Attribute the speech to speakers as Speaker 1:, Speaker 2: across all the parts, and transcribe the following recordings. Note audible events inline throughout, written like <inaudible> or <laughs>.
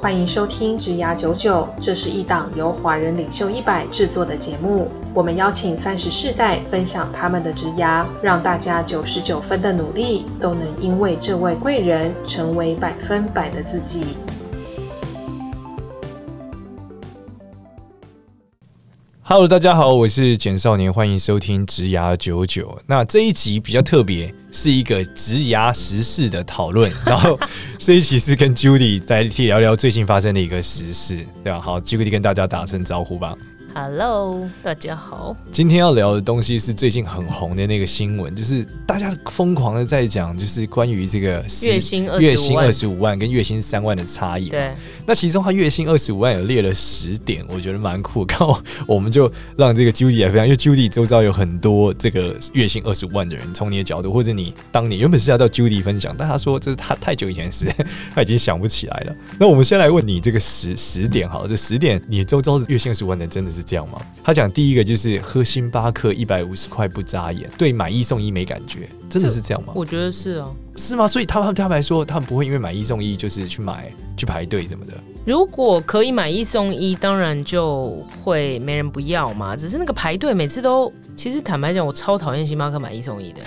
Speaker 1: 欢迎收听《职涯九九》，这是一档由华人领袖一百制作的节目。我们邀请三十世代分享他们的职涯，让大家九十九分的努力都能因为这位贵人成为百分百的自己。
Speaker 2: Hello，大家好，我是简少年，欢迎收听《植牙九九》。那这一集比较特别，是一个植牙时事的讨
Speaker 3: <laughs>
Speaker 2: 论。然后这一集是跟 Judy 来去聊聊最近发生的一个时事，对吧、好，Judy 跟大家打声招呼吧。
Speaker 3: Hello，大家好。
Speaker 2: 今天要聊的东西是最近很红的那个新闻，就是大家疯狂的在讲，就是关于这个时
Speaker 3: 月薪25万
Speaker 2: 月薪二十五万跟月薪三万的差异。
Speaker 3: 对，
Speaker 2: 那其中他月薪二十五万有列了十点，我觉得蛮酷。 <laughs> 刚好我们就让这个 Judy 来分享，因为 Judy 周遭有很多这个月薪二十五万的人，从你的角度，或者你当年原本是要叫 Judy 分享，但他说这是他太久以前的事， <laughs> 他已经想不起来了。那我们先来问你这个十十点好了，这十点你周遭的月薪二十五万的人真的是这样吗？他讲第一个就是喝星巴克一百五十块不眨眼，对买一送一没感觉，真的是这样吗？
Speaker 3: 我觉得是哦。
Speaker 2: 是吗？所以他们他们来说，他们不会因为买一送一就是去买去排队什么的。
Speaker 3: 如果可以买一送一，当然就会没人不要嘛。只是那个排队每次都，其实坦白讲，我超讨厌星巴克买一送一的，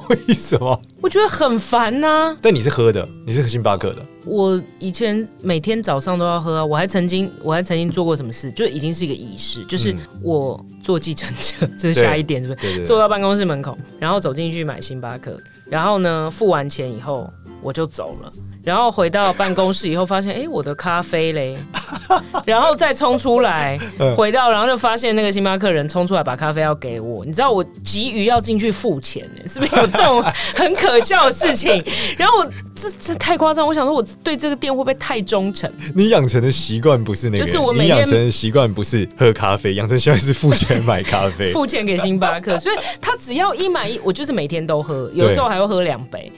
Speaker 2: <laughs> 为什么？
Speaker 3: 我觉得很烦呐、
Speaker 2: 但你是喝的，你是喝星巴克的，
Speaker 3: 我以前每天早上都要喝啊，我还曾经我还曾经做过什么事，就已经是一个仪式，就是
Speaker 2: 嗯
Speaker 3: 我坐计程车，这是下一点是不是？
Speaker 2: 对对
Speaker 3: 坐到办公室门口，然后走进去买星巴克，然后呢付完钱以后我就走了，然后回到办公室以后发现，哎，我的咖啡嘞，
Speaker 2: <laughs>
Speaker 3: 然后再冲出来
Speaker 2: 嗯，
Speaker 3: 回到然后就发现那个星巴克人冲出来把咖啡要给我，你知道我急于要进去付钱，哎是不是有这种很可笑的事情？然后我这这太夸张，我想说我对这个店会不会太忠诚？
Speaker 2: 你养成的习惯不是那个，
Speaker 3: 就是我每
Speaker 2: 你
Speaker 3: 天
Speaker 2: 养成的习惯不是喝咖啡，养成习惯是付钱买咖啡，
Speaker 3: 付钱给星巴克，所以他只要一买一，我就是每天都喝，有的时候还会喝两杯，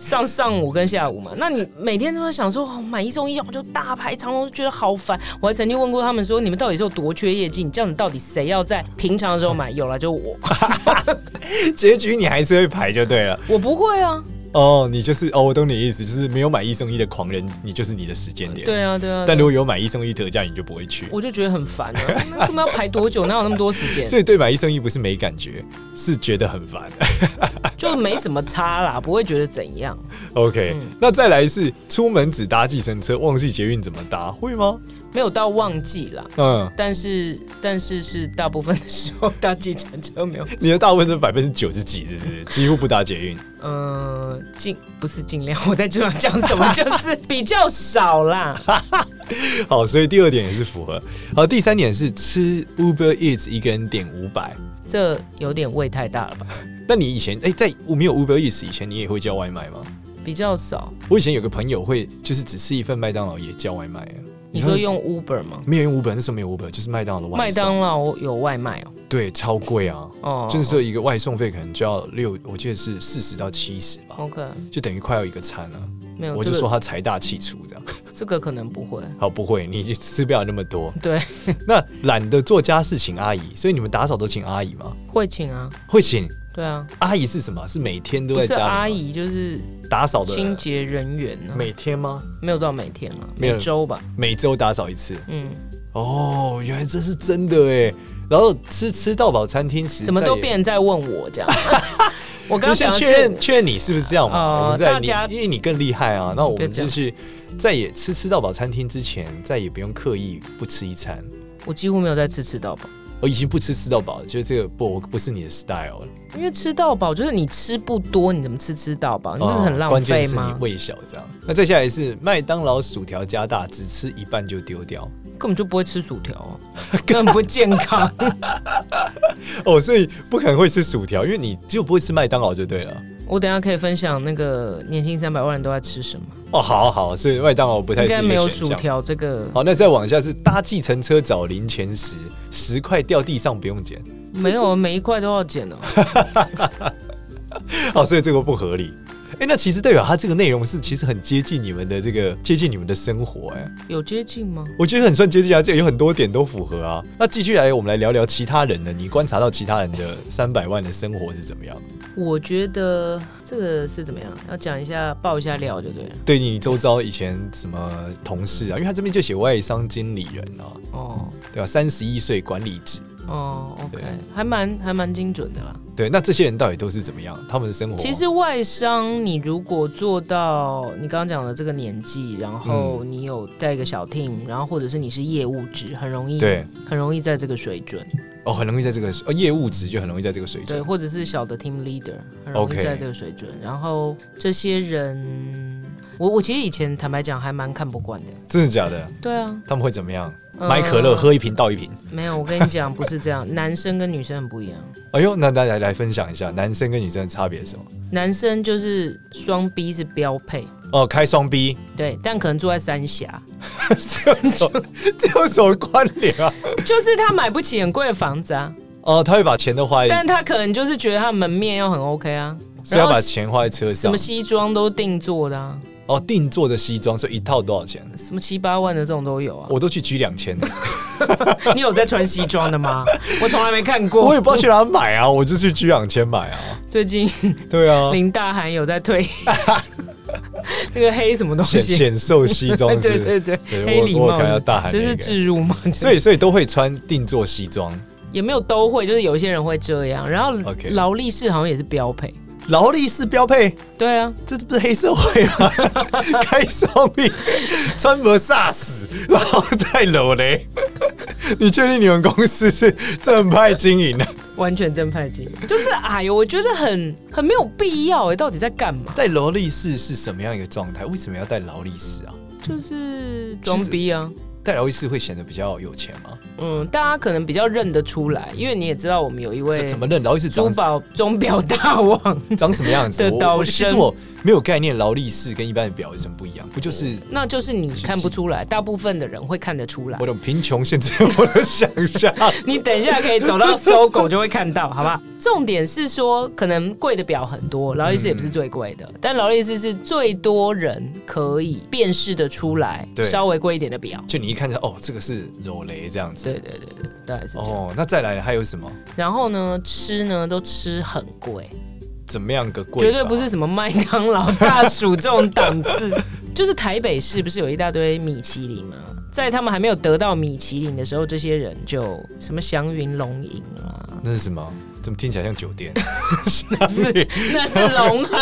Speaker 3: 上上午跟下午嘛。那你每天都会想说哦买一送一，我就大排长龙，就觉得好烦。我还曾经问过他们说，你们到底是有多缺业绩？你这样子到底谁要在平常的时候买？有了就我，
Speaker 2: <laughs> 结局你还是会排就对了。
Speaker 3: 我不会啊。
Speaker 2: 哦，你就是哦，我懂你的意思，就是没有买一送一的狂人，你就是你的时间点。、
Speaker 3: 对啊，对啊。
Speaker 2: 但如 <laughs>
Speaker 3: 对啊
Speaker 2: 果有买一送一特价，你就不会去。
Speaker 3: 我就觉得很烦啊，那他们要排多久？哪有那么多时间？
Speaker 2: 所以对买一送一 <laughs> 不是没感觉，是觉得很烦。 <laughs>
Speaker 3: 就没什么差啦，不会觉得怎样。
Speaker 2: OK，、那
Speaker 3: 嗯
Speaker 2: 再来是出门只搭计程车，忘记捷运怎么搭，会吗？
Speaker 3: 没有到旺季啦，
Speaker 2: 嗯，
Speaker 3: 但是但是是大部分的时候搭计程车没有
Speaker 2: 你的大部分是百分之九十几，是不是几乎不搭捷运？
Speaker 3: 呃，尽不是尽量，我在这上讲什么，就是比较
Speaker 2: <laughs>
Speaker 3: 少啦。
Speaker 2: 好，所以第二点也是符合。好，第三点是吃 Uber Eats 一个人点五百。
Speaker 3: 这有点胃太大了吧？
Speaker 2: 那你以前哎、在我没有 Uber Eats 以前，你也会叫外卖吗？
Speaker 3: 比较少。
Speaker 2: 我以前有个朋友会就是只吃一份麦当劳也叫外卖啊。
Speaker 3: 你说用 Uber 吗？
Speaker 2: 没有用 Uber，那时候没有 Uber，就是麦当劳的外
Speaker 3: 麦
Speaker 2: 送
Speaker 3: 当劳有外卖哦、
Speaker 2: 对超贵啊，
Speaker 3: 哦，
Speaker 2: 就是说一个外送费可能就要六，我记得是四十到七十吧，
Speaker 3: 哦 OK，
Speaker 2: 就等于快要一个餐了、
Speaker 3: 没有
Speaker 2: 我
Speaker 3: 这
Speaker 2: 就说
Speaker 3: 个
Speaker 2: 他财大气粗这样。
Speaker 3: 这个可能不会。
Speaker 2: 好，不会，你吃不了那么多。
Speaker 3: 对， <laughs>
Speaker 2: 那懒得做家事请阿姨，所以你们打扫都请阿姨吗？
Speaker 3: 会请啊，
Speaker 2: 会请。
Speaker 3: 对啊，
Speaker 2: 阿姨是什么？是每天都
Speaker 3: 不
Speaker 2: 在
Speaker 3: 是
Speaker 2: 家里吗
Speaker 3: 阿姨就是
Speaker 2: 打扫的
Speaker 3: 清洁人员啊，
Speaker 2: 每天吗？
Speaker 3: 没有到每天啊，
Speaker 2: 没有
Speaker 3: 每周吧。
Speaker 2: 每周打扫一次。
Speaker 3: 嗯，
Speaker 2: 哦，原来这是真的哎。然后吃吃到饱餐厅时，
Speaker 3: 怎么都变成在问我
Speaker 2: <laughs>
Speaker 3: 这样？我刚
Speaker 2: 就先
Speaker 3: 刚讲的
Speaker 2: 确认
Speaker 3: 是
Speaker 2: 确认你是不是这样嘛？
Speaker 3: 哦
Speaker 2: 我们在
Speaker 3: 大家
Speaker 2: 你，因为你更厉害啊。那我
Speaker 3: 别
Speaker 2: 们就
Speaker 3: 这样
Speaker 2: 是在也吃吃到饱餐厅之前，再也不用刻意不吃一餐。哦
Speaker 3: 我几乎没有在吃吃到饱。
Speaker 2: 我已经不吃吃到饱了，觉得这个不不是你的 style 了。
Speaker 3: 因为吃到饱就是你吃不多，你怎么吃吃到饱？你不是很
Speaker 2: 哦
Speaker 3: 浪
Speaker 2: 关键
Speaker 3: 费
Speaker 2: 是你
Speaker 3: 吗？
Speaker 2: 胃小这样。那再下来是麦当劳薯条加大，只吃一半就丢掉。
Speaker 3: 根本就不会吃薯条、
Speaker 2: <laughs>
Speaker 3: 哦，根本不健康。
Speaker 2: <laughs> 哦，所以不可能会吃薯条，因为你就不会吃麦当劳就对了。
Speaker 3: 我等一下可以分享那个年薪三百万人都在吃什么，
Speaker 2: 哦，好好，所以麦当劳不太
Speaker 3: 应
Speaker 2: 是
Speaker 3: 该
Speaker 2: 一
Speaker 3: 没有
Speaker 2: 个
Speaker 3: 薯
Speaker 2: 选项。哦
Speaker 3: 条这个，
Speaker 2: 好，那再往下是搭计程车找零钱时，十块掉地上不用捡。
Speaker 3: 没有啊每一块都要减哦。
Speaker 2: 好，哦所以这个不合理。哎、那其实代表它这个内容是其实很接近你们的这个接近你们的生活哎、
Speaker 3: 有接近吗？
Speaker 2: 我觉得很算接近啊，这有很多点都符合啊。那继续来，我们来聊聊其他人的，你观察到其他人的三百万的生活是怎么样？
Speaker 3: 我觉得这个是怎么样？要讲一下，爆一下料就对了。
Speaker 2: 对你周遭以前什么同事啊，因为他这边就写外商经理人啊，
Speaker 3: 哦
Speaker 2: 对吧、三十一岁管理职，
Speaker 3: 哦，OK，
Speaker 2: 对
Speaker 3: 还蛮还蛮精准的啦。
Speaker 2: 对，那这些人到底都是怎么样？他们的生活
Speaker 3: 其实外商，你如果做到你刚刚讲的这个年纪，然后
Speaker 2: 嗯
Speaker 3: 你有带一个小 team，、然后或者是你是业务职，很容易
Speaker 2: 对
Speaker 3: 很容易在这个水准，
Speaker 2: 哦，很容易在这个呃业务值就很容易在这个水
Speaker 3: 对，
Speaker 2: 准。
Speaker 3: 或者是小的 team leader，很容易
Speaker 2: OK
Speaker 3: 在这个水准。然后这些人，我我其实以前坦白讲还蛮看不惯的，
Speaker 2: 真的假的？
Speaker 3: 对啊，
Speaker 2: 他们会怎么样？
Speaker 3: 呃
Speaker 2: 买可乐、喝一瓶倒一瓶。
Speaker 3: 没有，我跟你讲不是
Speaker 2: <laughs>
Speaker 3: 这样，男生跟女生很不一样，
Speaker 2: 哎呦，那大家来分享一下男生跟女生的差别是什么？
Speaker 3: 男生就是双 B 是标配。
Speaker 2: 哦，开双 B，
Speaker 3: 对，但可能住在三峡，
Speaker 2: 这有什么这有什么关联啊？
Speaker 3: 就是他买不起很贵的房子啊，
Speaker 2: 哦，他会把钱都花在，
Speaker 3: 但他可能就是觉得他门面要很 OK 啊，
Speaker 2: 所以要
Speaker 3: 然后
Speaker 2: 把钱花在车
Speaker 3: 什
Speaker 2: 上
Speaker 3: 么。西装都定做的啊，
Speaker 2: 哦，定做的西装，所以一套多少钱？
Speaker 3: 什么七八万的这种都有啊。
Speaker 2: 我都去居两
Speaker 3: <laughs>
Speaker 2: 千，
Speaker 3: 你有在穿西装
Speaker 2: <laughs>
Speaker 3: 的吗？我从来没看
Speaker 2: 我也
Speaker 3: 过。
Speaker 2: 不知道去哪买啊，我就去居两千买啊。
Speaker 3: 最近
Speaker 2: 对啊，
Speaker 3: 林大涵有
Speaker 2: <laughs>
Speaker 3: 在推那个黑什么东
Speaker 2: 显
Speaker 3: 西，
Speaker 2: 显瘦西装
Speaker 3: <laughs> 对
Speaker 2: 是不是，
Speaker 3: 对对
Speaker 2: 对
Speaker 3: 对，黑
Speaker 2: 我
Speaker 3: 礼
Speaker 2: 我有
Speaker 3: 帽
Speaker 2: 看到大
Speaker 3: 的，
Speaker 2: 韩
Speaker 3: 这
Speaker 2: 那
Speaker 3: 是
Speaker 2: 个
Speaker 3: 置入吗？
Speaker 2: 所以所以都会穿定做西装。
Speaker 3: 也没有都会，就是有一些人会这样。然后
Speaker 2: OK
Speaker 3: 劳力士好像也是标配，
Speaker 2: 劳力士标配，
Speaker 3: 对啊，
Speaker 2: 这不是黑社会吗？ <laughs> 开双臂，穿不煞死，然后戴楼雷。你确定你们公司是正派经营的？
Speaker 3: 完全正派经营。就是哎呦，我觉得很很没有必要哎、到底在干嘛？
Speaker 2: <laughs> 戴劳力士是什么样一个状态？为什么要戴劳力士啊？
Speaker 3: 就是装逼啊。
Speaker 2: 戴劳力士会显得比较有钱吗？
Speaker 3: 嗯，大家可能比较认得出来，因为你也知道我们有一位
Speaker 2: 这怎么认？劳力士
Speaker 3: 珠
Speaker 2: 长 <laughs>
Speaker 3: 宝钟表大王，
Speaker 2: 长什么样子？
Speaker 3: 的
Speaker 2: 我
Speaker 3: 导
Speaker 2: 我其实
Speaker 3: 生
Speaker 2: 我没有概念，劳力士跟一般的表有什么不一样？不就是
Speaker 3: 那就是你看不出来，大部分的人会看得出来
Speaker 2: 我。的贫穷限制我的想象？
Speaker 3: 你等一下可以走到搜狗就会看到，好吧？重点是说，可能贵的表很多，劳力士也不是最贵的，
Speaker 2: 嗯
Speaker 3: 但劳力士是最多人可以辨识的出来
Speaker 2: 对，
Speaker 3: 稍微贵一点的表。
Speaker 2: 就你一看就哦，这个是柔雷这样子。
Speaker 3: 对对对对，大概是这样。
Speaker 2: 哦，那再来还有什么？
Speaker 3: 然后呢，吃呢都吃很贵，
Speaker 2: 怎么样个贵法？
Speaker 3: 绝对不是什么麦当劳、大薯这种
Speaker 2: <laughs>
Speaker 3: 档次。就是台北市不是有一大堆米其林吗？在他们还没有得到米其林的时候，这些人就什么祥云龙吟
Speaker 2: <laughs>
Speaker 3: 啊啦，
Speaker 2: 那是什么？怎么听起来像酒店？ <laughs>
Speaker 3: 是那是龙亨。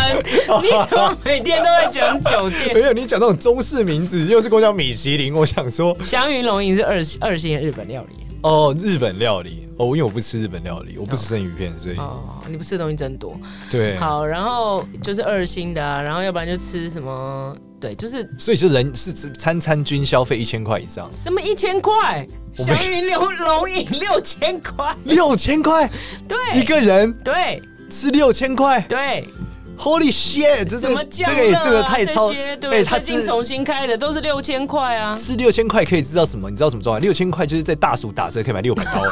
Speaker 3: 你怎么每天都在讲酒
Speaker 2: 没
Speaker 3: 店？
Speaker 2: 有，你讲那种中式名字，又是跟我讲米其林，我想说
Speaker 3: 祥云龙吟是二二星的日本料理
Speaker 2: 哦，日本料理哦，因为我不吃日本料理，我不吃生鱼片，所以、
Speaker 3: 哦，你不吃的东西真多。
Speaker 2: 对，
Speaker 3: 好，然后就是二星的、啊，然后要不然就吃什么？对，就是
Speaker 2: 所以就人是指餐餐均消费一千块以上，
Speaker 3: 什么一千块，
Speaker 2: 我没
Speaker 3: 祥云流龙饮六千块，
Speaker 2: 六千块 <laughs> 一
Speaker 3: 对
Speaker 2: 个人
Speaker 3: 对
Speaker 2: 吃六千块
Speaker 3: 对，
Speaker 2: ，Holy shit！这
Speaker 3: 什么
Speaker 2: 这
Speaker 3: 酱
Speaker 2: 这个也
Speaker 3: 乐啊
Speaker 2: 这个太超，哎
Speaker 3: 这些对不对？
Speaker 2: 他
Speaker 3: 最近
Speaker 2: 吃
Speaker 3: 重新开的都是六千
Speaker 2: <laughs>
Speaker 3: 块啊，
Speaker 2: 吃六千块可以知道什么？你知道什么状态？六千块就是在大薯打折可以买六百包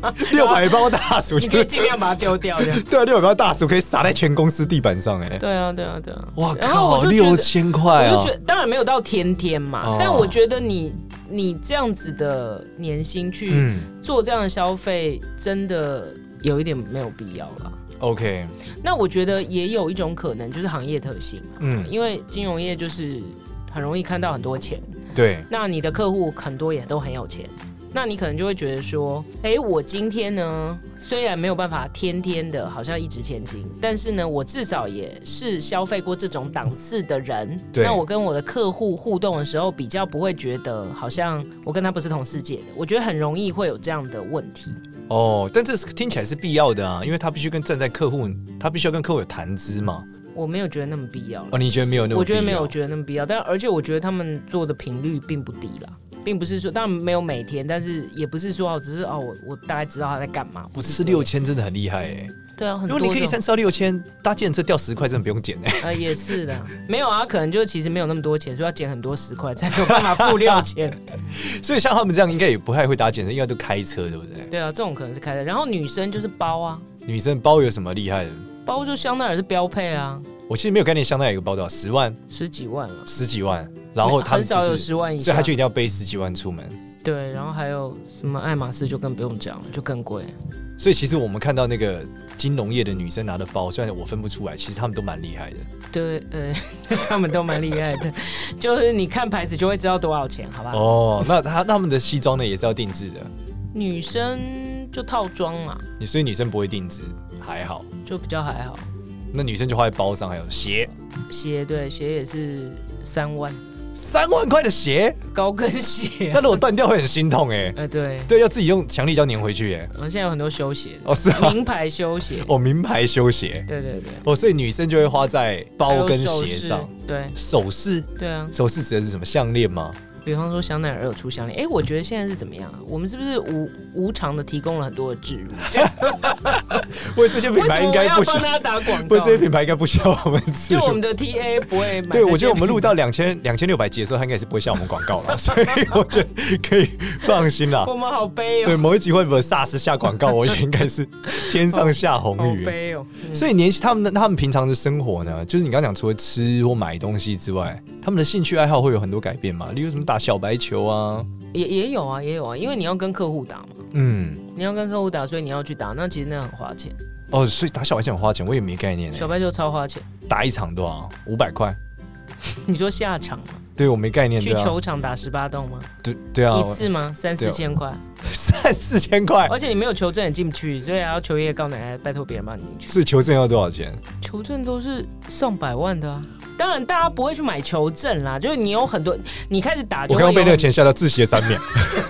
Speaker 2: 哎、
Speaker 3: <laughs>
Speaker 2: 六百包大薯
Speaker 3: 你
Speaker 2: 就
Speaker 3: 可以
Speaker 2: 是。
Speaker 3: 尽量把它丢掉这样
Speaker 2: 对啊，六百包大薯可以撒在全公司地板上哎、
Speaker 3: 对啊，对啊，对啊！
Speaker 2: 哇
Speaker 3: 然后
Speaker 2: 靠，
Speaker 3: 我就觉得
Speaker 2: 六千块
Speaker 3: 我
Speaker 2: 啊
Speaker 3: 就觉！得当然没有到天天嘛，
Speaker 2: 哦
Speaker 3: 但我觉得你你这样子的年薪去
Speaker 2: 嗯
Speaker 3: 做这样的消费，真的有一点没有必要了。
Speaker 2: ，OK，
Speaker 3: 那我觉得也有一种可能就是行业特性，啊
Speaker 2: 嗯，
Speaker 3: 因为金融业就是很容易看到很多钱，
Speaker 2: 对，
Speaker 3: 那你的客户很多也都很有钱，那你可能就会觉得说，诶，我今天呢虽然没有办法天天的好像一掷千金，但是呢，我至少也是消费过这种档次的人。
Speaker 2: 对
Speaker 3: 那我跟我的客户互动的时候，比较不会觉得好像我跟他不是同世界的，我觉得很容易会有这样的问题。
Speaker 2: 哦，但这是听起来是必要的啊，因为他必须跟站在客户，他必须要跟客户有谈资嘛。
Speaker 3: 我没有觉得那么必要了
Speaker 2: 哦，你觉得没有那种？
Speaker 3: 我觉得没有，觉得那么必要，但而且我觉得他们做的频率并不低啦，并不是说当然没有每天，但是也不是说哦，只是哦，我我大概知道他在干嘛。
Speaker 2: 我
Speaker 3: 不
Speaker 2: 吃
Speaker 3: 是这样
Speaker 2: 六，千真的很厉害哎、
Speaker 3: 对啊，很
Speaker 2: 如
Speaker 3: 多
Speaker 2: 果你可以
Speaker 3: 这
Speaker 2: 一
Speaker 3: 种
Speaker 2: 餐吃到六千，搭建车掉十块真的不用减哎、
Speaker 3: 呃也是的，没有啊，可能就其实没有那么多钱，所以要减很多十块才有办法付六
Speaker 2: <laughs>
Speaker 3: 千。
Speaker 2: <laughs> 所以像他们这样应该也不太会搭建车，应该都开车对不对？
Speaker 3: 对啊，这种可能是开的。然后女生就是包啊，
Speaker 2: 女生包有什么厉害的？
Speaker 3: 包就香奈儿是标配啊，
Speaker 2: 我其实没有概念，香奈儿有个包多少，十万、
Speaker 3: 十几万啊，
Speaker 2: 十几万，然后他
Speaker 3: 啊很
Speaker 2: 们就
Speaker 3: 少有
Speaker 2: 是，
Speaker 3: 十万以
Speaker 2: 所以
Speaker 3: 下
Speaker 2: 他就。一定要背十几万出门。
Speaker 3: 对，然后还有什么爱马仕就更不用讲了，就更贵。
Speaker 2: 所以其实我们看到那个金融业的女生拿的包，虽然我分不出来，其实她们都蛮厉害的。
Speaker 3: 对，呃， <laughs> 他们都蛮厉害的，就是你看牌子就会知道多少钱，好吧？
Speaker 2: 哦，那她她们的西装呢也是要定制的，
Speaker 3: 女生就套装嘛，
Speaker 2: 你所以女生不会定制，还好。
Speaker 3: 就比较还好。
Speaker 2: 那女生就花在包上，还有鞋，
Speaker 3: 鞋对鞋也是三万，
Speaker 2: 三万块的鞋，
Speaker 3: 高跟鞋、
Speaker 2: 那如果断掉会很心痛哎、
Speaker 3: 呃，对，
Speaker 2: 对，要自己用强力胶粘回去哎、
Speaker 3: 然后现在有很多休鞋的，
Speaker 2: 哦，是吗？
Speaker 3: 名牌休鞋，
Speaker 2: 哦，名牌修鞋。
Speaker 3: 对对对，
Speaker 2: 哦，所以女生就会花在
Speaker 3: 还
Speaker 2: 包
Speaker 3: 有
Speaker 2: 跟
Speaker 3: 首
Speaker 2: 鞋
Speaker 3: 饰
Speaker 2: 上。，
Speaker 3: 对啊
Speaker 2: 首饰，
Speaker 3: 对啊，
Speaker 2: 首饰指的是什么？项链吗？
Speaker 3: 比方说香奈儿有出项链，哎，我觉得现在是怎么样啊？我们是不是无无偿的提供了很多的置
Speaker 2: <laughs>
Speaker 3: 入？
Speaker 2: <laughs> 为这些品牌应该不
Speaker 3: 为
Speaker 2: 需
Speaker 3: 什么我要帮他打广
Speaker 2: <laughs> 为
Speaker 3: 告
Speaker 2: 这？些品牌应该不需要我们植
Speaker 3: 就我们
Speaker 2: 入。
Speaker 3: 的 TA 不会买这些品牌。
Speaker 2: 对，我觉得我们录到两千两千六百集的时候，他应该是不会下我们广告
Speaker 3: <laughs>
Speaker 2: 了，所以我觉得可以放心啦
Speaker 3: 我。们好悲
Speaker 2: 对，
Speaker 3: 哦，
Speaker 2: 某一集会不会 SARS 下广告，我觉得应该是天上下
Speaker 3: 好
Speaker 2: 红云。
Speaker 3: 悲哦。嗯
Speaker 2: 所以年轻他们的他们平常的生活呢，就是你刚刚讲，除了吃或买东西之外，他们的兴趣爱好会有很多改变嘛，例如什么打小白球啊，
Speaker 3: 也也有啊，也有啊，因为你要跟客户打嘛，
Speaker 2: 嗯，
Speaker 3: 你要跟客户打，所以你要去打，那其实那很花钱，
Speaker 2: 哦，所以打小白球很花钱，我也没概念欸。
Speaker 3: 小白就超花钱。 <laughs>
Speaker 2: 打一场多少？五百块？
Speaker 3: 你说下场吗？
Speaker 2: 对，我没概念。
Speaker 3: 去
Speaker 2: 对啊，
Speaker 3: 球场打十八洞吗？
Speaker 2: 对对啊，
Speaker 3: 一次吗？三
Speaker 2: 对
Speaker 3: 四
Speaker 2: 啊
Speaker 3: 千块，
Speaker 2: 三四千块。
Speaker 3: 而且你没有球证也进不去，所以还要求爷爷告奶奶，拜托别人帮你进去。
Speaker 2: 是球证要多少钱？
Speaker 3: 球证都是上百万的啊。当然，大家不会去买球证啦，就是你有很多，你开始打就
Speaker 2: 我
Speaker 3: 会
Speaker 2: 刚刚
Speaker 3: 有
Speaker 2: 被那个钱吓到窒息了三秒，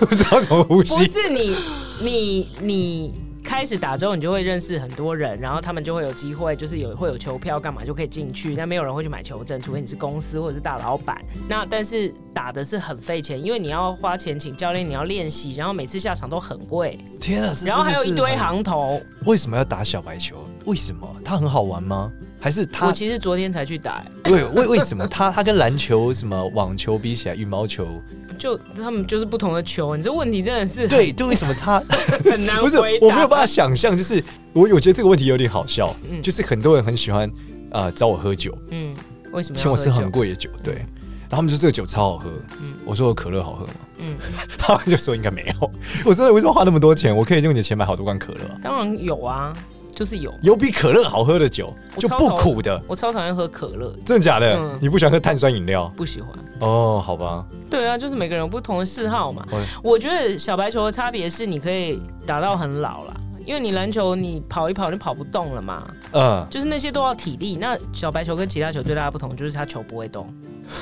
Speaker 2: 不知道怎么呼
Speaker 3: 不
Speaker 2: 吸。
Speaker 3: 是你，你你开始打之后，你就会认识很多人，然后他们就会有机会，就是有会有球票干嘛就可以进去。但没有人会去买球证，除非你是公司或者是大老板。那但是打的是很费钱，因为你要花钱请教练，你要练习，然后每次下场都很贵，
Speaker 2: 天啊！这
Speaker 3: 然后还有
Speaker 2: 是
Speaker 3: 一堆。行头。
Speaker 2: 为什么要打小白球？为什么？它很好玩吗？还是
Speaker 3: 我
Speaker 2: 它 <laughs>
Speaker 3: 其实昨天才去打、欸
Speaker 2: 为为为什么它它跟篮球、什么网球比起来，羽毛球，
Speaker 3: 就他们就是不同的球。你这问题真的是
Speaker 2: 对对，为什么 <laughs> 它
Speaker 3: 很难
Speaker 2: 不是，
Speaker 3: 回答。
Speaker 2: 我没有办法想象，就是我我觉得这个问题有点好笑，
Speaker 3: 嗯
Speaker 2: 就是很多人很喜欢呃找我喝酒，
Speaker 3: 嗯，为什么要
Speaker 2: 请我吃
Speaker 3: 喝酒
Speaker 2: 很贵的酒，对。然后他们说这个酒超好喝，
Speaker 3: 嗯
Speaker 2: 我说可乐好喝吗？
Speaker 3: 嗯，
Speaker 2: 他们就说应该没有。我真的为什么花那么多钱？我可以用你的钱买好多罐可乐啊、
Speaker 3: 当然有啊，就是有。
Speaker 2: 有比可乐好喝的酒，
Speaker 3: 我
Speaker 2: 就
Speaker 3: 超
Speaker 2: 不
Speaker 3: 讨
Speaker 2: 苦的，
Speaker 3: 我超讨厌喝可乐，
Speaker 2: 真的假的？
Speaker 3: 嗯
Speaker 2: 你不喜欢喝碳酸饮料？
Speaker 3: 不喜欢。
Speaker 2: 哦，好吧，
Speaker 3: 对啊，就是每个人有不同的嗜好嘛
Speaker 2: 我。
Speaker 3: 我觉得小白球的差别是，你可以打到很老啦，因为你篮球你跑一跑就跑不动了嘛，
Speaker 2: 嗯，
Speaker 3: 就是那些都要体力。那小白球跟其他球最大的不同就是它球不会动，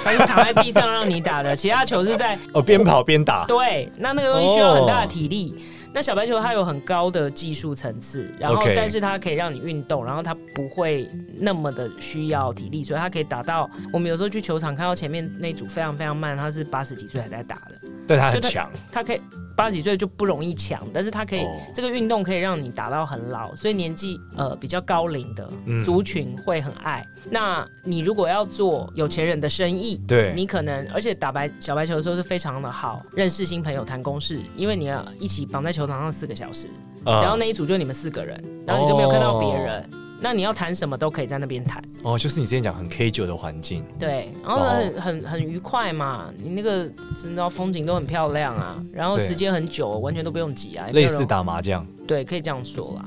Speaker 3: 它是躺在地上让你打的，其他球是在
Speaker 2: 哦，边跑边打，
Speaker 3: 对，那那个东西需要很大的体力。那小白球它有很高的技术层次，然后
Speaker 2: OK
Speaker 3: 但是它可以让你运动，然后它不会那么的需要体力，所以它可以打到我们有时候去球场看到前面那组非常非常慢，他是八十几岁还在打的，
Speaker 2: 但他很
Speaker 3: 就他
Speaker 2: 强，
Speaker 3: 他可以八十几岁就不容易强，但是他可以、
Speaker 2: 哦
Speaker 3: 这个运动可以让你打到很老，所以年纪呃比较高龄的
Speaker 2: 嗯
Speaker 3: 族群会很爱。那你如果要做有钱人的生意，
Speaker 2: 对，
Speaker 3: 你可能，而且打白小白球的时候是非常的好，认识新朋友、谈公事，因为你要一起绑在球场上四个小时，然后
Speaker 2: 嗯，
Speaker 3: 那一组就你们四个人，然后你都没有看到别人，那你要谈什么都可以在那边谈，
Speaker 2: 哦，就是你之前讲很 K 九的环境，
Speaker 3: 对，然后很、很很愉快嘛，你那个真的风景都很漂亮啊，然后
Speaker 2: 对
Speaker 3: 时间很久，完全都不用挤啊，也没
Speaker 2: 类
Speaker 3: 有人
Speaker 2: 似打麻将，
Speaker 3: 对，可以这样说啦，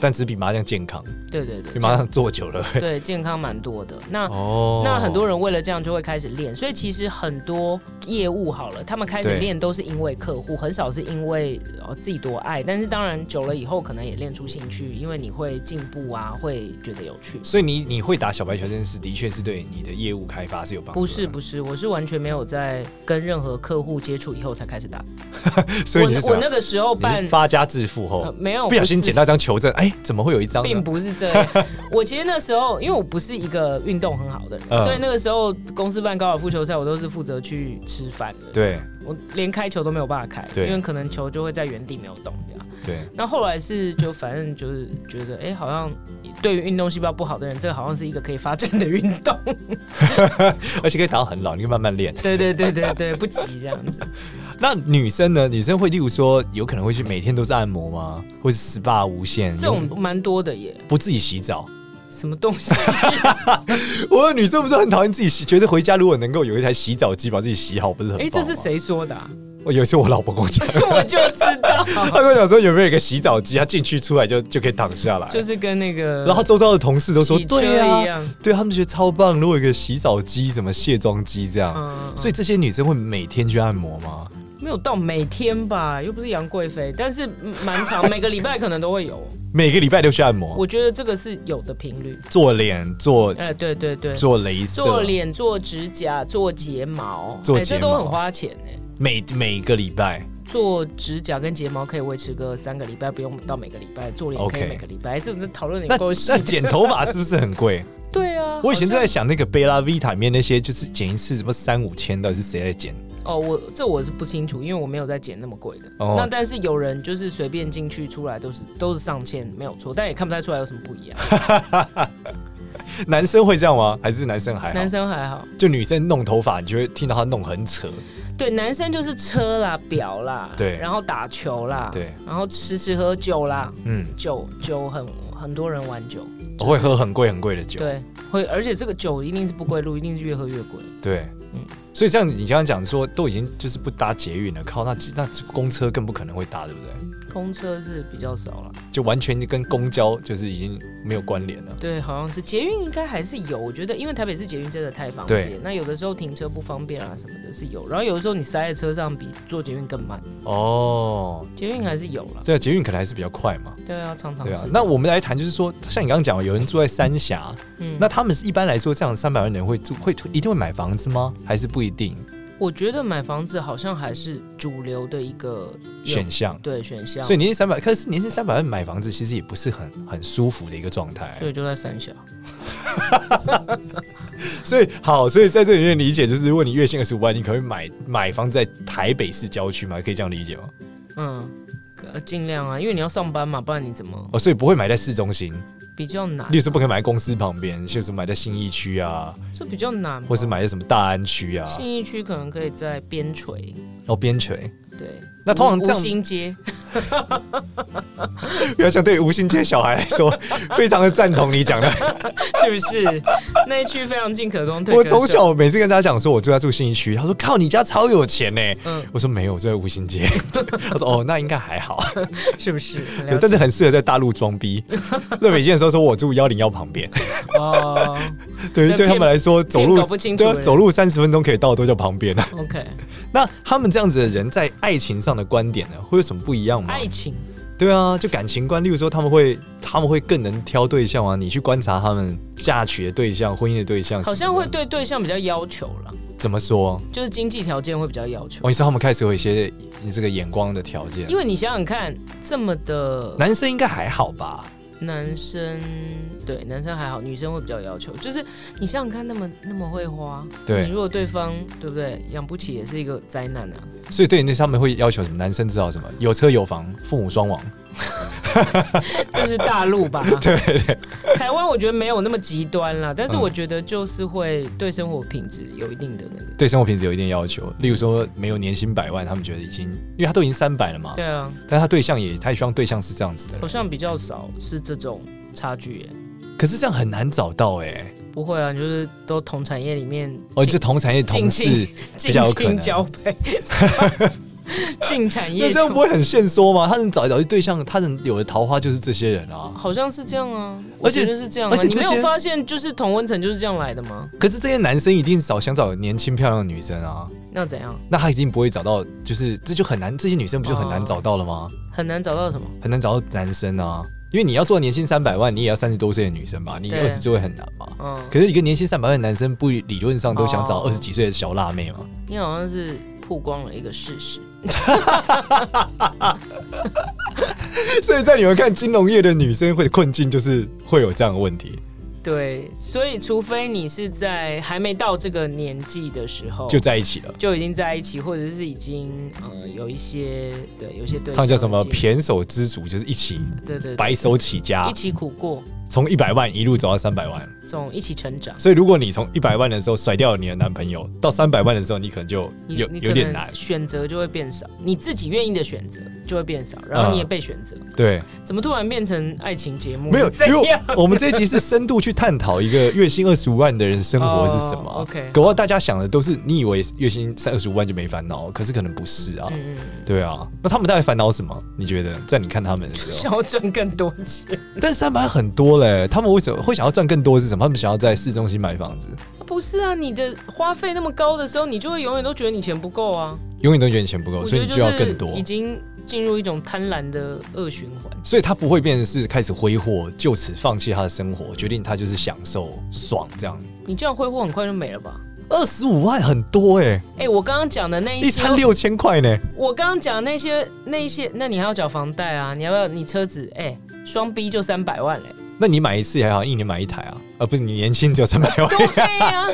Speaker 2: 但只比麻将健康，
Speaker 3: 对对
Speaker 2: 比 <laughs>
Speaker 3: 对，
Speaker 2: 麻将做久
Speaker 3: <laughs>
Speaker 2: 了。
Speaker 3: 对健康蛮多的，那。
Speaker 2: 哦
Speaker 3: 那很多人为了这样就会开始练，所以其实很多业务好了，他们开始
Speaker 2: 对
Speaker 3: 练都是因为客户，很少是因为哦自己多爱。但是当然久了以后，可能也练出兴趣，因为你会进步啊，会觉得有趣。
Speaker 2: 所以你你会打小白球这件事，的确是对你的业务开发是有帮助的。
Speaker 3: 不是不是，我是完全没有在跟任何客户接触以后才开始打。
Speaker 2: 所以你是
Speaker 3: 我
Speaker 2: 怎
Speaker 3: 我
Speaker 2: 么
Speaker 3: 那个时候
Speaker 2: 样？你
Speaker 3: 办
Speaker 2: 是、发家致富
Speaker 3: 呃
Speaker 2: 后，
Speaker 3: 没有
Speaker 2: 不小心
Speaker 3: 不是
Speaker 2: 捡到一张球证，哎，怎么会有一张呢？
Speaker 3: 并不是
Speaker 2: <laughs>
Speaker 3: 这样。我其实那时候，因为我不是一个运动很好的人，
Speaker 2: 嗯
Speaker 3: 所以那个时候公司办高尔夫球赛，我都是负责去吃饭的。
Speaker 2: 对
Speaker 3: 我连开球都没有办法开，
Speaker 2: 对
Speaker 3: 因为可能球就会在原地没有动这样。
Speaker 2: 对，
Speaker 3: 那后来是就反正就是觉得，哎、好像对于运动细胞不好的人，这个好像是一个可以发展的运动。 <laughs>
Speaker 2: 而且可以打到很老，你可以慢慢练。
Speaker 3: 对对对对对，不急这样子。
Speaker 2: 那女生呢？女生会例如说，有可能会去每天都是按摩吗？或是 SPA 无限
Speaker 3: 这种蛮多的耶，
Speaker 2: 不自己洗澡？
Speaker 3: <laughs> 什么
Speaker 2: <laughs>
Speaker 3: 东西？
Speaker 2: 我有女生不是很讨厌自己洗，觉得回家如果能够有一台洗澡机把自己洗好，不是很
Speaker 3: 哎、
Speaker 2: 棒吗？ <laughs>
Speaker 3: 这是谁说的、啊？
Speaker 2: 我有一次我老婆跟我讲， <laughs>
Speaker 3: 我就知道，
Speaker 2: 她跟我讲说有没有一个洗澡机，她进去出来就就可以躺下来。
Speaker 3: 就是跟那个，
Speaker 2: 然后周遭的同事都说
Speaker 3: 洗，车
Speaker 2: 对
Speaker 3: 一样
Speaker 2: 啊，对他们觉得超棒。如果有一个洗澡机、什么卸妆机这样，
Speaker 3: 嗯
Speaker 2: 所以这些女生会每天去按摩吗？
Speaker 3: 没有到每天吧，又不是杨贵妃，但是蛮长，每个礼拜可能都会有。
Speaker 2: 每个礼拜都去按摩，
Speaker 3: 我觉得这个是有的频率。
Speaker 2: 做脸、做
Speaker 3: 哎、对对对，
Speaker 2: 做镭射，
Speaker 3: 做脸、做指甲、做睫毛，
Speaker 2: 做
Speaker 3: 哎
Speaker 2: 睫
Speaker 3: 这
Speaker 2: 毛
Speaker 3: 都很花钱哎、
Speaker 2: 每每个礼拜
Speaker 3: 做指甲跟睫毛可以维持个三个礼拜，不用到每个礼拜。做脸可以
Speaker 2: OK
Speaker 3: 每个礼拜，这种讨论得
Speaker 2: 那
Speaker 3: 有够细
Speaker 2: 那。剪头发是不是很贵？
Speaker 3: 对啊，
Speaker 2: 我以前
Speaker 3: <laughs>
Speaker 2: 就
Speaker 3: 好像
Speaker 2: 在想那个贝拉 Vita 里面那些，就是剪一次什么三五千，到底是谁在剪？ <laughs>
Speaker 3: 哦，我这我是不清楚，因为我没有在剪那么贵的。
Speaker 2: 哦
Speaker 3: 那但是有人就是随便进去出来都是都是上千，没有错，但也看不太出来有什么不一样。
Speaker 2: 男生会这样吗？还是男生还好？
Speaker 3: 男生还好，
Speaker 2: 就女生弄头发，你就会听到她弄很扯。
Speaker 3: 对，男生就是车啦、表啦，
Speaker 2: 对
Speaker 3: 然后打球啦，
Speaker 2: 对，
Speaker 3: 然后吃吃喝酒啦，
Speaker 2: 嗯，
Speaker 3: 酒酒很很多人玩酒，
Speaker 2: 我会喝很贵很贵的酒。
Speaker 3: 对，会，而且这个酒一定是不归路，一定是越喝越贵。
Speaker 2: 对，
Speaker 3: 嗯
Speaker 2: 所以这样你刚刚讲说都已经就是不搭捷运了，靠，那那公车更不可能会搭，对不对？
Speaker 3: 公车是比较少了，
Speaker 2: 就完全跟公交就是已经没有关联了。
Speaker 3: 对，好像是捷运应该还是有，我觉得因为台北市捷运真的太方
Speaker 2: 对
Speaker 3: 便，那有的时候停车不方便啊什么的是有，然后有的时候你塞在车上比坐捷运更慢，
Speaker 2: 哦，
Speaker 3: 捷运还是有了，
Speaker 2: 这个捷运可能还是比较快嘛。
Speaker 3: 对啊，常常
Speaker 2: 对啊
Speaker 3: 是，的。
Speaker 2: 那我们来谈，就是说，像你刚刚讲，有人住在三峡，
Speaker 3: 嗯
Speaker 2: 那他们是一般来说，这样三百万人会住，会一定会买房子吗？还是不一定
Speaker 3: 我觉得买房子好像还是主流的一个
Speaker 2: 选项？
Speaker 3: 对选项，
Speaker 2: 所以年薪三百，可是年薪三百万买房子，其实也不是很很舒服的一个状态
Speaker 3: 所。以就在三峡。
Speaker 2: 所以好，所以在这里面理解就是，如果你月薪二十五万，你可能会买买房子在台北市郊区嘛？可以这样理解吗？
Speaker 3: 嗯，呃尽量啊，因为你要上班嘛，不然你怎么
Speaker 2: 哦，所以不会买在市中心，
Speaker 3: 比较难
Speaker 2: 例？如说不可以买在公司旁边，就是买在信义区啊，
Speaker 3: 这比较难吧，
Speaker 2: 或是买在什么大安区啊，
Speaker 3: 信义区可能可以在边陲，
Speaker 2: 哦边陲。
Speaker 3: 对。
Speaker 2: 那通常
Speaker 3: 吴
Speaker 2: 这样
Speaker 3: 吴兴街， <laughs>
Speaker 2: 不要想对无心街小孩来
Speaker 3: <laughs>
Speaker 2: 说，非常的赞同你讲的。
Speaker 3: 是不是？ <laughs> 那一区非常进可攻，退
Speaker 2: 我
Speaker 3: 可守
Speaker 2: 从小每次跟大家讲说，我住在住信义区，他说靠，你家超有钱呢。
Speaker 3: 嗯，
Speaker 2: 我说没有，我住在吴兴
Speaker 3: <laughs>
Speaker 2: 街。他说哦，那应该还好，
Speaker 3: 是不是？
Speaker 2: 对，但是很适合在大陆装逼。在北京的时候说我住幺零幺旁
Speaker 3: <laughs>
Speaker 2: 边，
Speaker 3: 哦
Speaker 2: 对，
Speaker 3: 那
Speaker 2: 对他
Speaker 3: 骗
Speaker 2: 们来说走
Speaker 3: 骗
Speaker 2: 路
Speaker 3: 搞不清楚
Speaker 2: 对
Speaker 3: 欸
Speaker 2: 啊
Speaker 3: 的人
Speaker 2: 走路三十分钟可以到都叫旁边啊。
Speaker 3: ，OK，
Speaker 2: 那他们这样子的人在爱情上的观点呢，会有什么不一样吗？
Speaker 3: 爱情
Speaker 2: 对啊，就感情观，例如说他们会他们会更能挑对象啊，你去观察他们嫁娶的对象、婚姻的对象什么的，
Speaker 3: 好像会对对象比较要求了，
Speaker 2: 怎么说？
Speaker 3: 就是经济条件会比较要求，
Speaker 2: 我意思他们开始有一些你这个眼光的条件
Speaker 3: 因，为你想想看，这么的
Speaker 2: 男生应该还好吧？
Speaker 3: 男生，对男生还好，女生会比较要求，就是你想想看，那么那么会花，你
Speaker 2: 对
Speaker 3: 如，果对方对不对养不起，也是一个灾难啊。
Speaker 2: 所以对那他们会要求什么？男生至少什么？有车有房，父母双亡。
Speaker 3: 这是大陆吧？对对对，台湾我觉得没有那么极端啦，但是我觉得就是会对生活品质有一定的那个。
Speaker 2: 对生活品质有一定要求，例如说没有年薪百万，他们觉得已经，因为他都已经三百了嘛，
Speaker 3: 对啊，
Speaker 2: 但他对象也，他也希望对象是这样子的
Speaker 3: 好
Speaker 2: 人，
Speaker 3: 像比较少是这种差距耶。
Speaker 2: 可是这样很难找到哎、
Speaker 3: 不会啊，你就是都同产业里面
Speaker 2: 哦，就同产业同
Speaker 3: 近
Speaker 2: 事
Speaker 3: 亲，
Speaker 2: 比较有可能
Speaker 3: 近亲交配， <laughs> 进产
Speaker 2: 那
Speaker 3: 业
Speaker 2: 这样不
Speaker 3: 就
Speaker 2: 会很限缩吗？他能找找对象，他能有的桃花就是这些人啊。
Speaker 3: 好像是这样啊，
Speaker 2: 而且
Speaker 3: 我觉得是这样、啊，
Speaker 2: 而且
Speaker 3: 你没
Speaker 2: 这些
Speaker 3: 有发现就是同温层就是这样来的吗？
Speaker 2: 可是这些男生一定找想找年轻漂亮的女生啊，
Speaker 3: 那怎样
Speaker 2: 那他一定不会找到，就是这就很难，这些女生不就很难找到了吗？
Speaker 3: 很难找到什么？
Speaker 2: 很难找到男生啊，因为你要做年薪三百万，你也要三十多岁的女生吧，你
Speaker 3: 对
Speaker 2: 二十就会很难嘛。
Speaker 3: 嗯，
Speaker 2: 可是一个年薪三百万的男生，不理论上都想找
Speaker 3: 哦
Speaker 2: 二十几岁的小辣妹嘛？
Speaker 3: 你好像是曝光了一个事实，
Speaker 2: 所以在你们看金融业的女生会困境，就是会有这样的问题，
Speaker 3: 对，所以除非你是在还没到这个年纪的时候，
Speaker 2: 就在一起了。
Speaker 3: 就已经在一起，或者是已经呃有一些对有一些对象已经，
Speaker 2: 他们叫什么？胼手知足，就是一起
Speaker 3: 对对对
Speaker 2: 白手起家
Speaker 3: 一，起苦过，
Speaker 2: 从一百万一路走到三百万。
Speaker 3: 这种一起成长，
Speaker 2: 所以如果你从一百万的时候甩掉了你的男朋友，到三百万的时候，你可能就
Speaker 3: 你
Speaker 2: 有
Speaker 3: 你
Speaker 2: 有
Speaker 3: 可
Speaker 2: 点
Speaker 3: 能
Speaker 2: 难。
Speaker 3: 选择就会变少，你自己愿意的选择就会变少，然后你也
Speaker 2: 嗯
Speaker 3: 被选择，
Speaker 2: 对，
Speaker 3: 怎么突然变成爱情节
Speaker 2: <laughs>
Speaker 3: 目？
Speaker 2: 没有，
Speaker 3: 这
Speaker 2: 因为
Speaker 3: 样
Speaker 2: 我们这一集是深度去探讨一个月薪二十五万的人生活是什么啊。
Speaker 3: 哦，OK
Speaker 2: 搞不好大家想的都是你以为月薪三二十五万就没烦恼，可是可能不是啊。
Speaker 3: 嗯，
Speaker 2: 对啊，那他们大概烦恼什么？你觉得在你看他们的时候，
Speaker 3: <laughs> 想要赚更多钱，
Speaker 2: 但是三百万很多嘞，他们为什么会想要赚更多是什么？他们想要在市中心买房子，
Speaker 3: <laughs> 不是啊？你的花费那么高的时候，你就会永远都觉得你钱不够啊，
Speaker 2: 永远都觉得你钱不够，
Speaker 3: 我
Speaker 2: 哦所以
Speaker 3: 觉得
Speaker 2: 你
Speaker 3: 是
Speaker 2: 就要更多。
Speaker 3: 已经进入一种贪婪的恶循环。
Speaker 2: 所以他不会变成是开始挥霍，就此放弃他的生活，决定他就是享受爽这样。
Speaker 3: 你这样挥霍很快就没了吧？
Speaker 2: 二十五万很多哎、
Speaker 3: 哎、我刚刚讲的那
Speaker 2: 一
Speaker 3: 一些
Speaker 2: 餐，六千块呢。
Speaker 3: 我刚刚讲的那些那一些，那你还要缴房贷啊？你要不要你车子？哎、双 B 就三百万嘞、
Speaker 2: 那你买一次也还好，一年买一台啊，而、不是你年轻只有三百
Speaker 3: <laughs>
Speaker 2: 万。
Speaker 3: 对呀、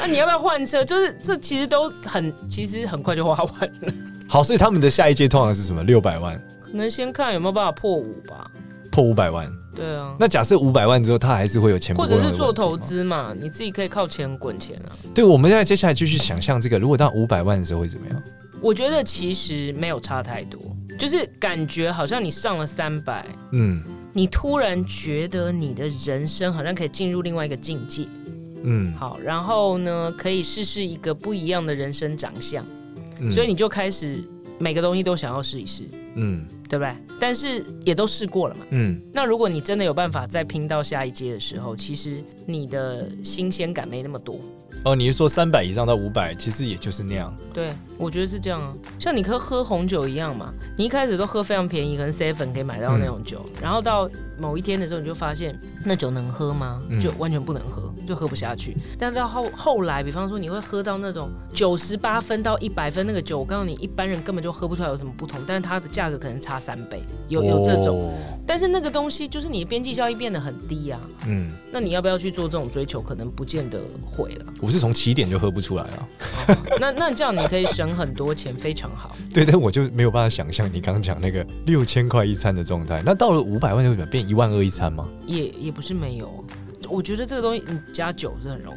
Speaker 3: 那、你要不要换车？就是这其实都很，其实很快就花完了。 <laughs>
Speaker 2: 好，所以他们的下一阶通常是什么？六百万
Speaker 3: 可能先看有没有办法破五吧。
Speaker 2: 破五百万。
Speaker 3: 对啊，
Speaker 2: 那假设五百万之后，他还是会有钱，
Speaker 3: 或者是做投。资嘛，你自己可以靠钱滚钱啊。
Speaker 2: 对，我们现在接下来继续想象这个，如果到五百万的时候会怎么样？
Speaker 3: 我觉得其实没有差太多，就是感觉好像你上了三百，
Speaker 2: 嗯
Speaker 3: 你突然觉得你的人生好像可以进入另外一个境界。
Speaker 2: 嗯
Speaker 3: 好，然后呢，可以试试一个不一样的人生长相，
Speaker 2: 嗯，
Speaker 3: 所以你就开始每个东西都想要试一试，
Speaker 2: 嗯
Speaker 3: 对不对？但是也都试过了嘛。
Speaker 2: 嗯
Speaker 3: 那如果你真的有办法再拼到下一阶的时候，其实你的新鲜感没那么多。
Speaker 2: 哦，你是说三百以上到五百，其实也就是那样。
Speaker 3: 对，我觉得是这样啊，像你喝喝红酒一样嘛，你一开始都喝非常便宜，可能 seven 可以买到那种
Speaker 2: 嗯
Speaker 3: 酒，然后到某一天的时候，你就发现那酒能喝吗
Speaker 2: 嗯？
Speaker 3: 就完全不能喝，就喝不下去。但到后后来，比方说你会喝到那种九十八分到一百分那个酒，我告诉你，一般人根本就喝不出来有什么不同，但是它的价格可能差三倍，有有这种，
Speaker 2: 哦
Speaker 3: 但是那个东西就是你的边际效益变得很低啊。
Speaker 2: 嗯，
Speaker 3: 那你要不要去做这种追求？可能不见得会了。
Speaker 2: 我是从起点就喝不出来啊了。
Speaker 3: 那那这样你可以省很多钱，非常好。
Speaker 2: 对，但我就没有办法想象你刚刚讲那个六千块一餐的状态。那到了五百万就怎么样变一万二一餐吗？
Speaker 3: 也也不是没有，我觉得这个东西你加酒是很容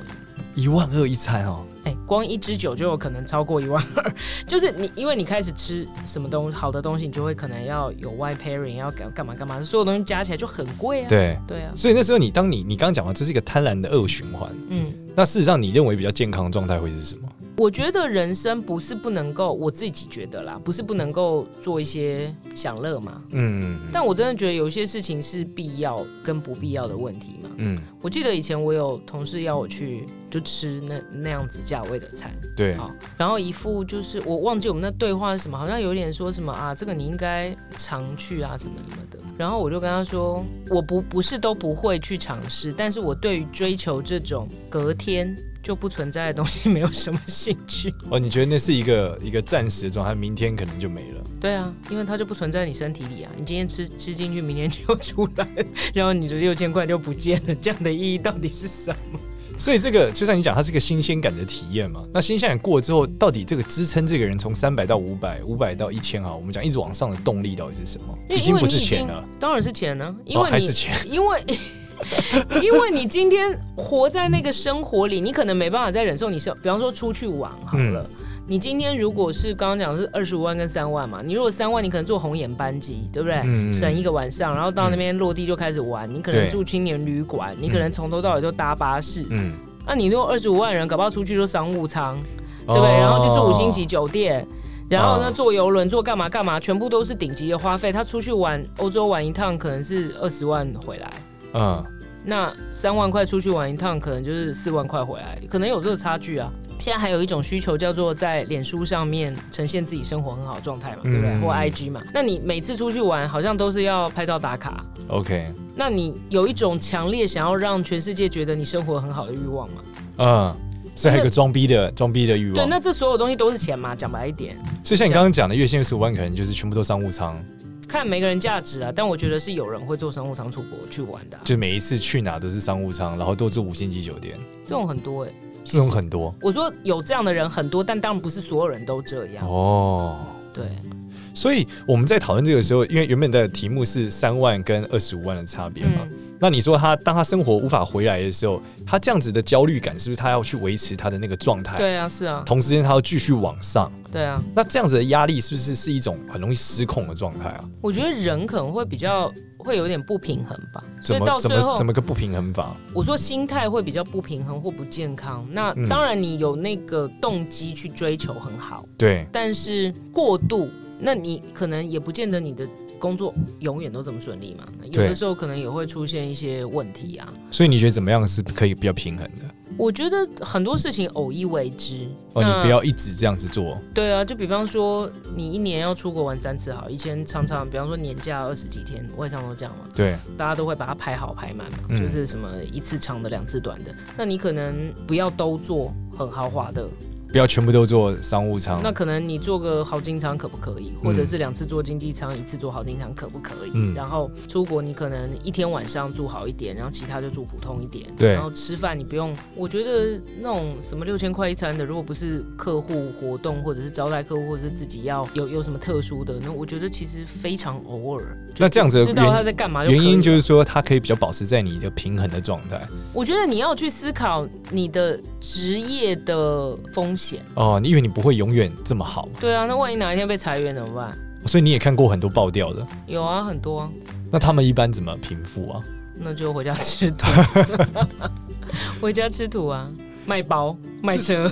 Speaker 3: 易，
Speaker 2: 一万二一餐哦，
Speaker 3: 哎、光一支酒就有可能超过一万二， <laughs> 就是你因为你开始吃什么东好的东西，你就会可能要有 wine pairing，要干干嘛干嘛，所有东西加起来就很贵啊。
Speaker 2: 对。
Speaker 3: 对啊，
Speaker 2: 所以那时候你当你你刚讲完，这是一个贪婪的恶循环。
Speaker 3: 嗯，
Speaker 2: 那事实上，你认为比较健康的状态会是什么？
Speaker 3: 我觉得人生不是不能够，我自己觉得啦，不是不能够做一些享乐嘛，
Speaker 2: 嗯
Speaker 3: 但我真的觉得有一些事情是必要跟不必要的问题嘛。
Speaker 2: 嗯，
Speaker 3: 我记得以前我有同事要我去就吃那那样子价位的餐，
Speaker 2: 对，
Speaker 3: 好，然后一副就是我忘记我们那对话是什么，好像有点说什么啊，这个你应该常去啊，什么什么的。然后我就跟他说，我不不是都不会去尝试，但是我对于追求这种隔天就不存在的东西 <laughs> 没有什么兴趣。
Speaker 2: 哦，你觉得那是一个一个暂时的状态，明天可能就没了。
Speaker 3: 对啊，因为它就不存在你身体里啊，你今天吃吃进去，明天就出来，然后你的六千块就不见了，这样的意义到底是什么？
Speaker 2: 所以这个就像你讲，它是一个新鲜感的体验嘛。那新鲜感过了之后，到底这个支撑这个人从三百到五百，五百到一千啊，我们讲一直往上的动力到底是什么？
Speaker 3: 因为
Speaker 2: 经
Speaker 3: 因为
Speaker 2: 不
Speaker 3: 你
Speaker 2: 是
Speaker 3: 已
Speaker 2: 钱
Speaker 3: 经
Speaker 2: 了，
Speaker 3: 当然是钱呢、啊因
Speaker 2: 哦， <laughs>
Speaker 3: 为
Speaker 2: 还
Speaker 3: 你
Speaker 2: 是钱。
Speaker 3: 因为因为你今天活在那个生活里，你可能没办法再忍受你生，比方说出去玩好了。
Speaker 2: 嗯
Speaker 3: 你今天如果是刚刚讲的是二十五万跟三万嘛，你如果三万，你可能坐红眼班机，对不对？
Speaker 2: 嗯
Speaker 3: <laughs> 省一个晚上，然后到那边落地就开始玩。你可
Speaker 2: 对
Speaker 3: 能住青年旅馆，你可能从头到尾都搭巴士。
Speaker 2: 嗯，
Speaker 3: 那、你如果二十五万人，搞不好出去就商务舱，对不对？然后去住五星级酒店，然后呢
Speaker 2: 哦
Speaker 3: 坐游轮，坐干嘛干嘛，全部都是顶级的花费。他出去玩欧洲玩一趟，可能是二十万回来。
Speaker 2: 哦，
Speaker 3: 那三万块出去玩一趟，可能就是四万块回来，可能有这个差距啊。现在还有一种需求叫做在脸书上面呈现自己生活很好的状态嘛，对不对？
Speaker 2: 嗯
Speaker 3: 或 IG 嘛。那你每次出去玩好像都是要拍照打卡，
Speaker 2: 嗯，OK，
Speaker 3: 那你有一种强烈想要让全世界觉得你生活很好的欲望嘛？
Speaker 2: 嗯，所以还有一个装逼的装逼的欲
Speaker 3: 对，
Speaker 2: 望。
Speaker 3: 那这所有东西都是钱嘛，讲白一点，
Speaker 2: 所以像你刚刚讲的，月薪十五万可能就是全部都商务舱，
Speaker 3: 看每个人价值啊。但我觉得是有人会做商务舱出国去玩的啊、
Speaker 2: 就每一次去哪都是商务舱，然后都住五星级酒店，
Speaker 3: 这种很多哎、
Speaker 2: 这种很多
Speaker 3: 我说有这样的人很多，但当然不是所有人都这样。
Speaker 2: 哦。
Speaker 3: 对，
Speaker 2: 所以我们在讨论这个时候，因为原本的题目是三万跟二十五万的差别嘛，
Speaker 3: 嗯，
Speaker 2: 那你说他当他生活无法回来的时候，他这样子的焦虑感是不是他要去维持他的那个状态？
Speaker 3: 对啊，是啊，
Speaker 2: 同时间他要继续往上，
Speaker 3: 对啊。
Speaker 2: 那这样子的压力是不是是一种很容易失控的状态啊？
Speaker 3: 我觉得人可能会比较会有点不平衡吧，
Speaker 2: 怎
Speaker 3: 所以到
Speaker 2: 么怎
Speaker 3: 最
Speaker 2: 么
Speaker 3: 后
Speaker 2: 怎，么个不平衡法？
Speaker 3: 我说心态会比较不平衡或不健康。那
Speaker 2: 嗯
Speaker 3: 当然，你有那个动机去追求很好，
Speaker 2: 对
Speaker 3: 但是过度，那你可能也不见得你的工作永远都这么顺利嘛。有
Speaker 2: 对
Speaker 3: 的时候可能也会出现一些问题啊。
Speaker 2: 所以你觉得怎么样是可以比较平衡的？
Speaker 3: 我觉得很多事情偶一为之。
Speaker 2: 哦，你
Speaker 3: 那
Speaker 2: 不要一直这样子做，
Speaker 3: 对啊，就比方说你一年要出国玩三次好，以前常常比方说年假二十几天，外商都这样嘛，
Speaker 2: 对
Speaker 3: 大家都会把它排好排满嘛，
Speaker 2: 嗯
Speaker 3: 就是什么一次长的两次短的，那你可能不要都做很豪华的，
Speaker 2: 不要全部都做商务舱。
Speaker 3: 那可能你做个豪金仓可不可以？或者是两次做经济舱，一次做豪金仓可不可以？
Speaker 2: 嗯
Speaker 3: 然后出国你可能一天晚上住好一点，然后其他就住普通一点。
Speaker 2: 对
Speaker 3: 然后吃饭你不用，我觉得那种什么六千块一餐的，如果不是客户活动或者是招待客户，或者是自己要有有什么特殊的，那我觉得其实非常偶尔。
Speaker 2: 那这样子的
Speaker 3: 知道他
Speaker 2: 原
Speaker 3: 在干啊嘛就可以
Speaker 2: 原
Speaker 3: 了
Speaker 2: 因就是说，它可以比较保持在你的平衡的状态。
Speaker 3: 我觉得你要去思考你的职业的风险。
Speaker 2: 哦，你以为你不会永远这么好，
Speaker 3: 对啊，那万一哪一天被裁员怎么办？
Speaker 2: 所以你也看过很多爆掉的。
Speaker 3: 有啊，很多、啊。
Speaker 2: 那他们一般怎么平复啊？
Speaker 3: 那就
Speaker 2: <laughs>
Speaker 3: 回家吃土，回家吃土啊，卖包卖车。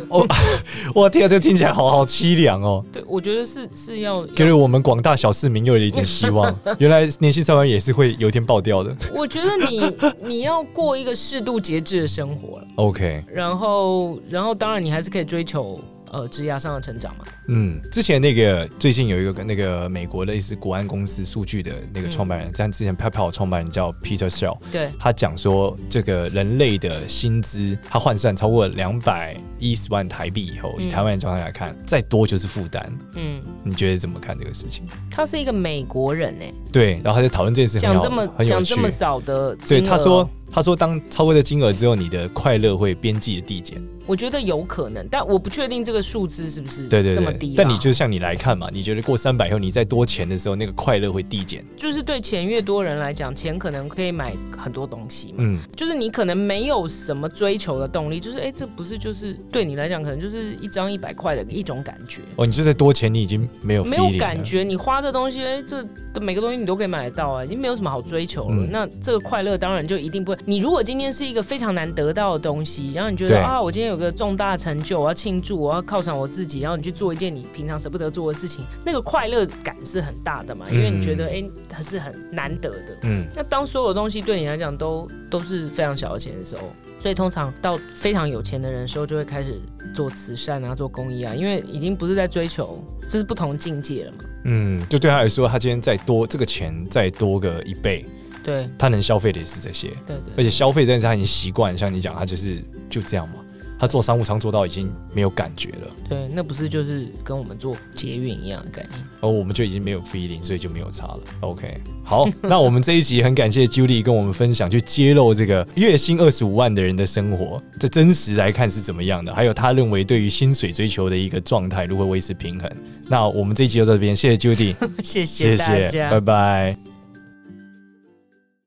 Speaker 2: 哇，天啊，这听起来好好凄凉哦，
Speaker 3: 对，我觉得是是要，
Speaker 2: 给了我们广大小市民又有一点希 <laughs> 望。原来年薪三万也是会有一天爆掉的。
Speaker 3: 我觉得
Speaker 2: <laughs>
Speaker 3: 你你要过一个适度节制的生活了，
Speaker 2: OK，
Speaker 3: 然后然后当然你还是可以追求呃职涯上的成长嘛。
Speaker 2: 嗯，之前那个最近有一个那个美国类似国安公司数据的那
Speaker 3: 嗯
Speaker 2: 个创办人，像、之前 PayPal 创办人叫 Peter Shell，
Speaker 3: 对，
Speaker 2: 他讲说这个人类的薪资，他换算超过两百一十万台币以后，以
Speaker 3: 嗯
Speaker 2: 台湾人角度来看，再多就是负担。
Speaker 3: 嗯，
Speaker 2: 你觉得怎么看这个事情？
Speaker 3: 他是一个美国人哎、
Speaker 2: 对，然后他就讨论这件事情，
Speaker 3: 讲这么
Speaker 2: 很有
Speaker 3: 讲
Speaker 2: 趣
Speaker 3: 这。么少的金
Speaker 2: 对，
Speaker 3: 额，
Speaker 2: 他说，他说，当超过这金额之后，你的快乐会边际的递减。
Speaker 3: 我觉得有可能，但我不确定这个数字是不是
Speaker 2: 对对
Speaker 3: 这么
Speaker 2: 对
Speaker 3: 低、啊。。
Speaker 2: 但你就像你来看嘛，你觉得过三百后，你再多钱的时候，那个快乐会递减。
Speaker 3: 就是对钱越多人来讲，钱可能可以买很多东西嘛。
Speaker 2: 嗯，
Speaker 3: 就是你可能没有什么追求的动力，就是哎、诶这不是就是对你来讲，可能就是一张一百块的一种感觉，
Speaker 2: 哦，你就在多钱，你已经没有
Speaker 3: 没有
Speaker 2: feeling 啊了
Speaker 3: 感。觉。你花这东西，哎、这每个东西你都可以买得到啊，已经没有什么好追求了。
Speaker 2: 嗯
Speaker 3: 那这个快乐当然就一定不会。你如果今天是一个非常难得到的东西，然后你觉
Speaker 2: 对
Speaker 3: 得啊，我今天有个重大成就，我要庆祝，我要犒赏我自己，然后你去做一件你平常舍不得做的事情，那个快乐感是很大的嘛，因为你觉得哎、诶它是很难得的。
Speaker 2: 嗯，
Speaker 3: 那当所有东西对你来讲都都是非常小的钱的时候，所以通常到非常有钱的人的时候，就会开始做慈善啊，做公益啊，因为已经不是在追求，这是不同境界了嘛。
Speaker 2: 嗯，就对他来说，他今天再多这个钱再多个一倍，
Speaker 3: 对
Speaker 2: 他能消费的也是这些，
Speaker 3: 对
Speaker 2: 而
Speaker 3: 对，
Speaker 2: 且消费这件事他已经习惯，像你讲，他就是就这样嘛。他做商务舱做到已经没有感觉了，
Speaker 3: 对，那不是就是跟我们做捷运一样的概念。
Speaker 2: 而我们就已经没有 feeling，所以就没有差了。OK，好，那我们这一集很感谢 Julie 跟我们分享，去揭露这个月薪二十五万的人的生活，这真实来看是怎么样的，还有他认为对于薪水追求的一个状态如何维持平衡。那我们这一集就到这边，谢谢 Judy，
Speaker 3: <laughs> 谢
Speaker 2: 谢
Speaker 3: 大家，
Speaker 2: 拜拜。